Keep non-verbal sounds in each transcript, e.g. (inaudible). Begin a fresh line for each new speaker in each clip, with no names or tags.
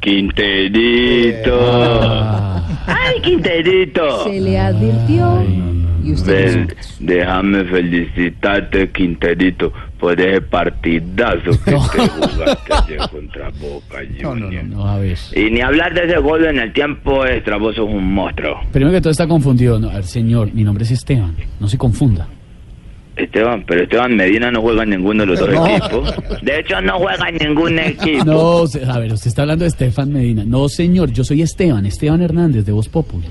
Quinterito.
Ah.
Ay, Quinterito.
Se le advirtió y usted
Ven, déjame felicitarte, Quinterito, por ese partidazo que te jugaste ayer contra Boca
No, no, no,
Juniors.
no, a ver.
Y ni hablar de ese gol en el tiempo extra, vos sos un monstruo.
Primero que todo está confundido. No, a ver, señor, mi nombre es Esteban. No se confunda.
Esteban, pero Esteban Medina no juega en ninguno de los dos equipos. De hecho, no juega en ningún equipo.
No, se- a ver, usted está hablando de Estefan Medina. No, señor, yo soy Esteban, Esteban Hernández de Voz Populi.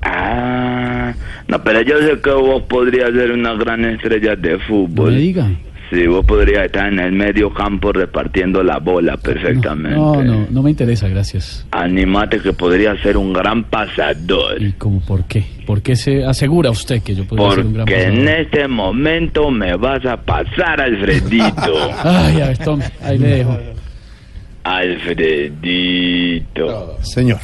Ah, no, pero yo sé que vos podrías ser una gran estrella de
No me
fútbol.
diga.
Sí, vos podrías estar en el medio campo repartiendo la bola perfectamente.
No, no, no me interesa, gracias.
Animate que podría ser un gran pasador.
¿Y cómo por qué? ¿Por qué se asegura usted que yo podría ser un gran
Porque en
pasador?
este momento me vas a pasar,
(laughs)
Alfredito.
Ay, a ver, Tom, ahí le dejo.
Alfredito.
Señor,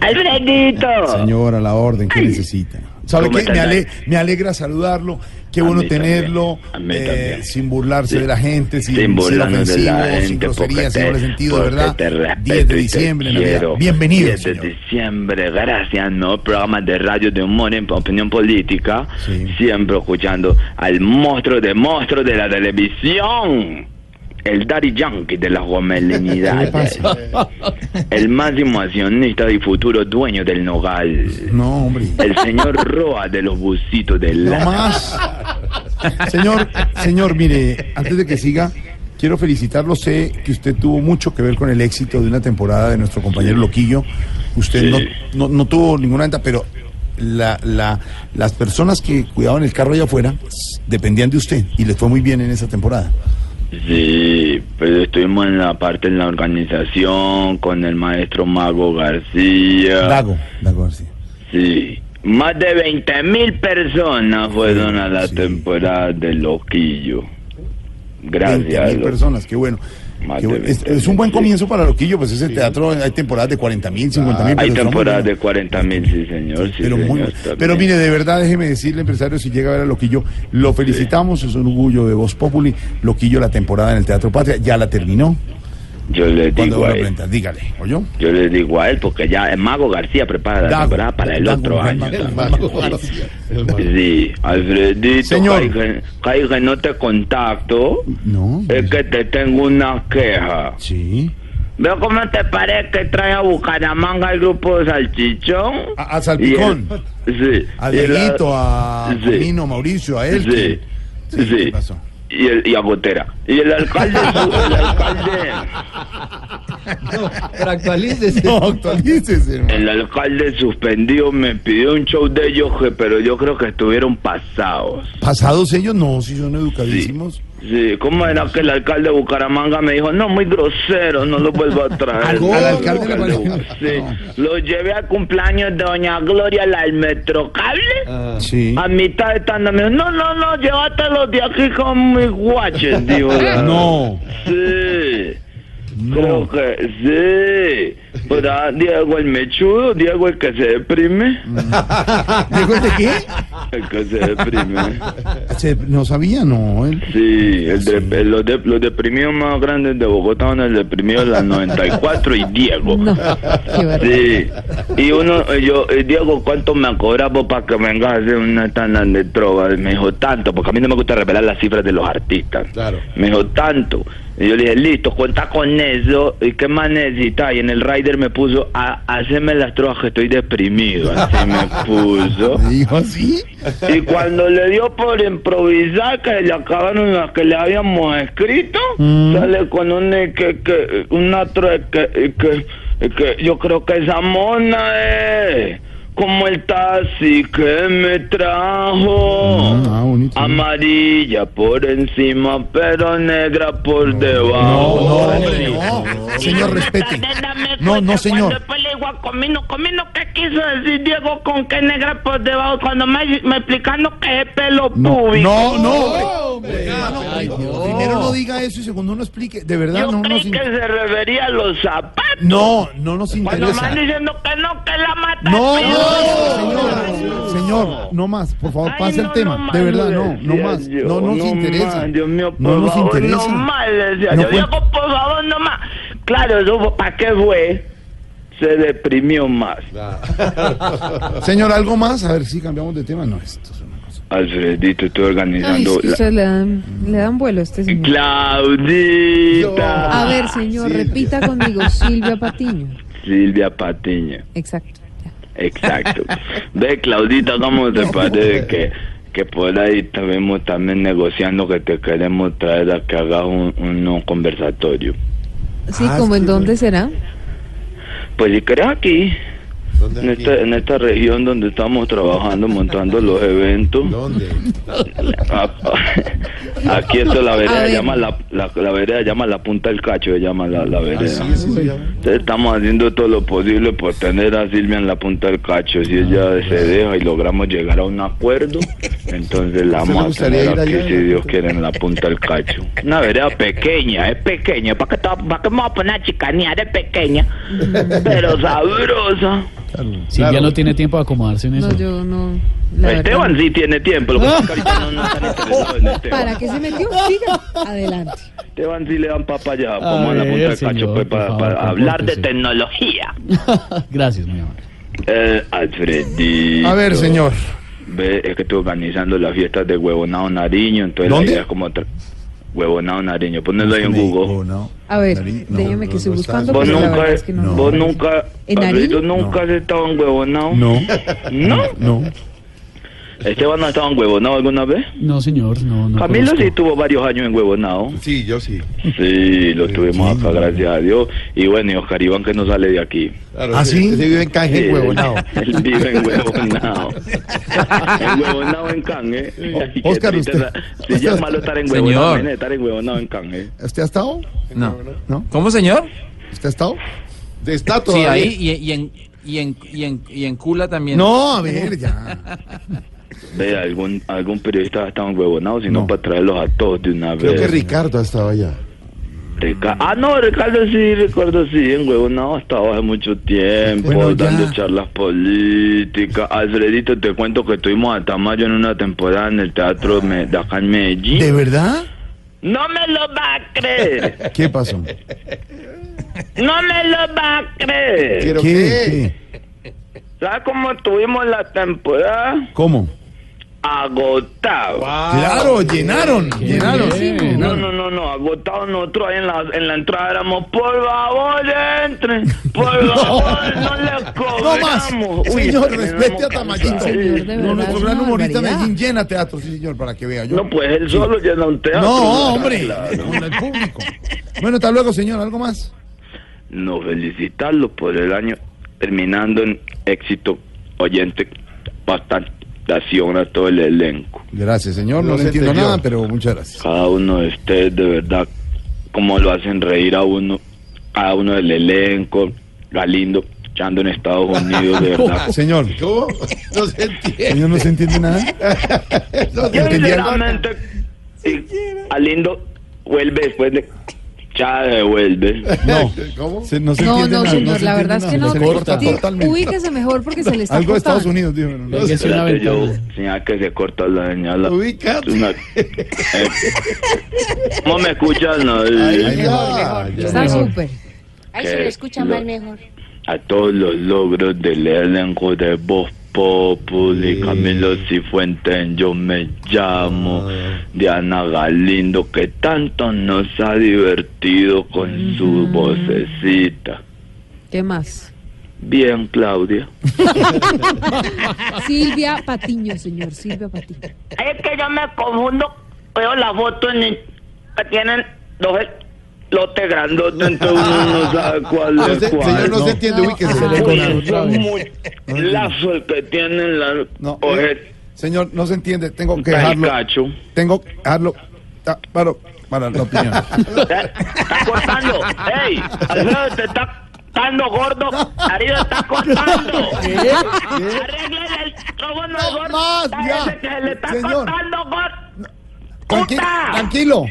Alfredito.
señor, a la orden que necesita.
Ah.
¿Sabe
¿Cómo
qué?
está,
Me, ale-
Dani?
me alegra saludarlo. Qué
A
bueno
mí
tenerlo.
también, a mí
eh,
también.
sin burlarse
Sí.
de la gente, sin,
Sin
ser
burlarnos de
ofensivo,
la
sin
gente, porque
grosería, sin
te,
doble sentido, de
porque
verdad.
te respeto
10 de
y te
diciembre,
quiero.
Navidad. Bienvenido,
10 de
señor.
diciembre, gracias, no programas de radio de humor en opinión política.
Sí.
Siempre escuchando al monstruo de monstruo de la televisión. El Daddy Yankee de
(laughs)
las gomelinidades. el máximo accionista y futuro dueño del
(laughs)
nogal.
No, hombre.
El señor Roa de los busitos del
No más. Señor, señor, mire, antes de que siga, quiero felicitarlo. Sé que usted tuvo mucho que ver con el éxito de una temporada de nuestro compañero Loquillo. Usted
Sí.
no, no, no tuvo ninguna venta, pero la, la- las personas que cuidaban el carro allá afuera s- dependían de usted y les fue muy bien en esa temporada.
Sí, pero estuvimos en la parte en la organización con el maestro Mago García.
Dago, Dago García.
Sí. Más de 20 mil personas fueron a la
Sí.
temporada de Loquillo.
20.000
Gracias. Lo-
personas, qué bueno.
Más de
Qué bueno. es,
20.000,
es un buen
sí.
comienzo para Loquillo, pues ese teatro hay temporadas de 40 mil, 50 mil.
Hay temporadas de 40 mil, sí señor. sí,
pero, muy
señor,
bueno.
también.
Pero mire, de verdad, déjeme decirle, empresario, si llega a ver a Loquillo, lo felicitamos, es un orgullo de Voz Populi. Loquillo, la temporada en el Teatro Patria, ya la terminó.
yo le
Cuando
digo eh,
la
a él,
prenda, dígale, ¿oyó?
yo le digo a él porque ya el Mago García prepara la
Dago,
temporada para el
Dago,
otro año.
Dago,
también.
Dago, Dago.
Sí, Alfredito,
Señor.
Caiga, caiga, no te contacto.
No, pues,
Es Eh, que te tengo una queja.
sí.
Veo cómo te parece que trae a Bucaramanga el grupo Salchichón.
A- a Salpicón.
Y el- sí.
A
y el-
Dieguito, a
Sí.
Camino, a Mauricio, a él.
Sí. Sí.
¿qué pasó?
Y, el, y a Gotera. Y el
(laughs)
alcalde, el alcalde,
Pero actualícese.
(laughs) No, actualícese, hermano.
el alcalde suspendido me pidió un show de ellos, que- pero yo creo que estuvieron pasados.
Pasados ellos, no, si son educadísimos.
Sí, ¿cómo era que el alcalde de Bucaramanga me dijo, no, muy grosero, no lo vuelvo a traer?
Al- al alcalde Ah. le
Alcalde,
pareció-
sí. Lo llevé al cumpleaños de doña Gloria, la del Metrocable.
Sí.
A mitad de tanda me dijo, no, no, no, llévatelo de aquí con mis guaches, dijo. la-
(laughs) No.
Sí. Creo que sí. Pero ah, Diego el mechudo, Diego el que se deprime.
¿Diego el de qué?
El que se deprime.
Se- no sabía, no. él.
Sí, el de- el- los, de- los deprimidos más grandes de Bogotá son el deprimido de las 94 y Diego.
no. Qué barbaridad.
Sí, y uno, eh, yo, eh, Diego, ¿cuánto me cobras vos para que vengas a hacer una tanda de trova? Y Me dijo, tanto, porque a mí no me gusta revelar las cifras de los artistas.
Claro.
Me dijo, tanto. Y yo le dije, listo, cuenta con eso, ¿y qué más necesitas? Y en el rider me puso, a, hacerme las trovas que estoy deprimido. Así me puso.
¿Me dijo así?
Y cuando le dio por improvisar, que le acabaron las que le habíamos escrito,
Mm.
sale con un eh, que, que, una tro- que, que, que yo creo que esa mona es como el taxi que me trajo.
Mm, ah, bonito.
Amarilla por encima, pero negra por debajo.
No, no, hombre, no. Señor, respete. No, no, señor.
Después le digo a Comino, Comino, ¿qué quiso decir Diego con qué negra por debajo? Cuando me, me explicando que es pelo
No,
público.
no, no. Hermano, Primero no diga eso y segundo no explique. De verdad,
Yo
no
creí
nos,
que
in-
se refería a los zapatos.
no, no nos
Cuando me
interesa.
van diciendo que no, que la mata.
No,
el
no,
pelo.
señor, señor, no más, por favor,
Ay,
pase el
no,
tema.
no
de
más,
verdad,
lo
no, no
decía
más.
yo,
No nos
más,
interesa.
Dios mío,
No
por
nos
favor,
interesa.
No más, le decía
No
yo.
cuen-
Diego, por favor, no más. Claro, eso, ¿para qué fue? Se deprimió más.
Señor, ¿algo más? A ver si cambiamos de tema. No, esto es una cosa.
Alfredito, estoy
Ay, es
organizando.
que
la-
ustedes le dan, le dan vuelo a este señor.
Claudita.
A ver, señor,
Silvia.
repita conmigo, Silvia Patiño.
Silvia Patiño.
Exacto. ya. (laughs)
Exacto. Ve, Claudita, ¿cómo te parece que, que por ahí estamos también negociando que te queremos traer a que hagas un, un, un conversatorio?
Sí,
Ah,
¿como
sí,
en dónde será?
Pues si querés aquí, en esta, en esta región donde estamos trabajando, montando los eventos.
¿Dónde?
Ah, (laughs) Aquí esto la
A
vereda
ver.
llama la, la, la vereda llama la punta del cacho, se llama la,
Ah,
la
Ah,
vereda.
Así es, se llama.
Entonces, Estamos haciendo todo lo posible por tener a Silvia en la punta del cacho. Si ella se deja y logramos llegar a un acuerdo, entonces la
¿Usted le
vamos a
gustaría
tener
ir
aquí,
allá?
si Dios quiere, en la punta del cacho. Una vereda pequeña, es pequeña. ¿Para qué, te- para qué me voy a poner a chicanear? Es pequeña, pero sabrosa.
Silvia no tiene tiempo de acomodarse en eso.
No, yo no. la
Esteban
verdad.
sí tiene tiempo, lo que pasa es que ahorita no, no están interesados en Esteban.
¿Para qué se metió? Siga. Adelante.
Esteban sí le dan papaya,
A
como en la
ver,
punta del
señor,
cacho, pues,
por
para,
favor,
para hablar de
compórtese.
tecnología.
Gracias, muy amable.
Eh, Alfredito.
A ver, señor.
Ve, es que estoy organizando las fiestas de Huevonao Nariño, entonces
¿Dónde?
la idea es como... tra- Huevonao Nariño, ponelo ahí en Google.
Oh, no.
A ver,
Nariño, no.
déjeme que estoy
no está.
buscando.
Vos
porque la
nunca,
verdad es que no-
vos nunca,
¿En
Alfredito,
Nariño?
nunca has estado en Huevonao.
No.
¿No?
No.
¿Esteban no ha estado en Huevonao alguna vez?
No, señor, no, no.
Camilo
conozco.
sí tuvo varios años en Huevonao.
Sí, yo sí.
Sí, lo tuvimos
Sí.
acá, gracias a Dios. Y bueno, y Oscar Iván que no sale de aquí.
Claro,
¿Ah,
ese-
sí?
ese vive en Canje,
Sí,
huevonao.
(laughs) Él él vive en huevonao. en huevonao en Cangue. Ay, qué
Oscar,
triste
usted-
esa- Sí, ya es malo estar en huevonao,
Señor.
nene, estar en huevonao en ¿eh? Cangue.
¿Usted ha estado?
No.
¿No?
¿Cómo, señor?
¿Usted ha estado?
Está
Sí,
todavía.
ahí y, y en, y, en, y, en, y en Cula también.
No, a ver, ya.
Ve, algún, algún periodista ha estado en huevonao, sino
No.
para traerlos a todos de una
Creo que
vez.
Ricardo ha estado allá.
Rica- ah, no, Ricardo sí, Ricardo sí, en huevonao ha estado hace mucho tiempo,
Bueno, ya.
dando charlas políticas. Alfredito, te cuento que estuvimos hasta mayo en una temporada en el teatro Me- de acá en Medellín.
Ah. ¿De verdad?
No me lo va a creer.
(laughs) ¿Qué pasó?
No me lo va a creer.
¿Pero
¿Qué?
¿Sabes cómo tuvimos la temporada?
¿Qué? ¿Cómo?
Agotado.
Ah,
Claro, llenaron, llenaron.
bien.
No, no, no, no, agotado nosotros ahí en la, en la entrada éramos, por favor, entren,
(laughs)
por favor, no, le
No más.
cobramos. Uy,
Señor,
terminamos
respete a
cansados.
Tamayito.
Señor, de
No,
verdad,
nuestro
es
gran
una
humorista
barbaridad.
Medellín llena teatro, sí, señor, para que vea yo.
No, pues él solo llena un teatro.
No, hombre.
Claro.
Con el público. Bueno, hasta luego, señor. ¿Algo más?
No felicitarlo por el año, terminando en éxito oyente, bastante a todo el elenco.
Gracias, señor. No,
No
le
se
entiendo
entendió.
nada, pero muchas gracias.
cada uno de ustedes de verdad cómo lo hacen reír a uno, cada uno del elenco, Galindo, echando en Estados Unidos,
(laughs)
de verdad.
Ah, Señor,
¿Cómo? No se entiende.
señor no se entiende nada.
No se
Yo
entiende.
sinceramente, y Galindo vuelve después de ya devuelve.
No.
¿Cómo?
Se- no, se
No,
entiende
no,
nada,
señor,
se
la
entiende
verdad es
nada.
que no.
Se corta
Tiene-
totalmente.
Ubíquese mejor porque se le está
Algo de Estados
cortando.
Unidos, dijo. no, no.
Es una
Espérate, yo,
ventaja.
señal que se corta la señal.
Ubícate. (laughs)
Una- eh, ¿Cómo me escuchan? No,
Ahí
eh,
va.
Está súper.
Ahí se
que
lo escucha
lo-
más mejor.
a todos los logros del elenco de Voz Populi,
Sí.
Camilo Cifuentes, yo me llamo,
Ah.
Diana Galindo, que tanto nos ha divertido con su vocecita.
¿Qué más?
Bien, Claudia.
Silvia Patiño, señor, Silvia Patiño.
Es que yo me confundo, veo la foto en que tienen los lotes
(laughs)
grandotes, entonces uno no sabe cuál
No
es
se- Señor,
cuál.
no se entiende.
No,
Ubíquese.
ajá.
Uy,
Con la
es
otra
un
vez.
mu- lazo el que tienen la
No, eh,
ojete.
Señor, no se entiende. Tengo que
El
dejarlo.
cacho. ¿Eh?
Tengo que dejarlo. Ta- Para, para la opinión.
Está cortando.
(laughs)
¡Ey! Alfredo, te está cortando, gordo. Ariel está
(laughs)
cortando. Arreglen el robo no es
No
gordo.
más,
Está
ya.
ese que se le está
Señor.
cortando, gordo.
Tranqui-
¡Puta!
tranquilo.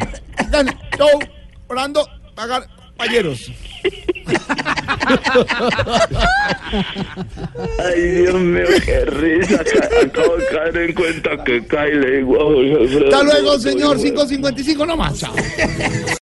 Dale, Yo, orando, pagar, caballeros.
Ay, Dios mío, qué risa. Acabo de caer en cuenta que cae. Le digo,
Hasta luego, señor. 555 nomás. Chao.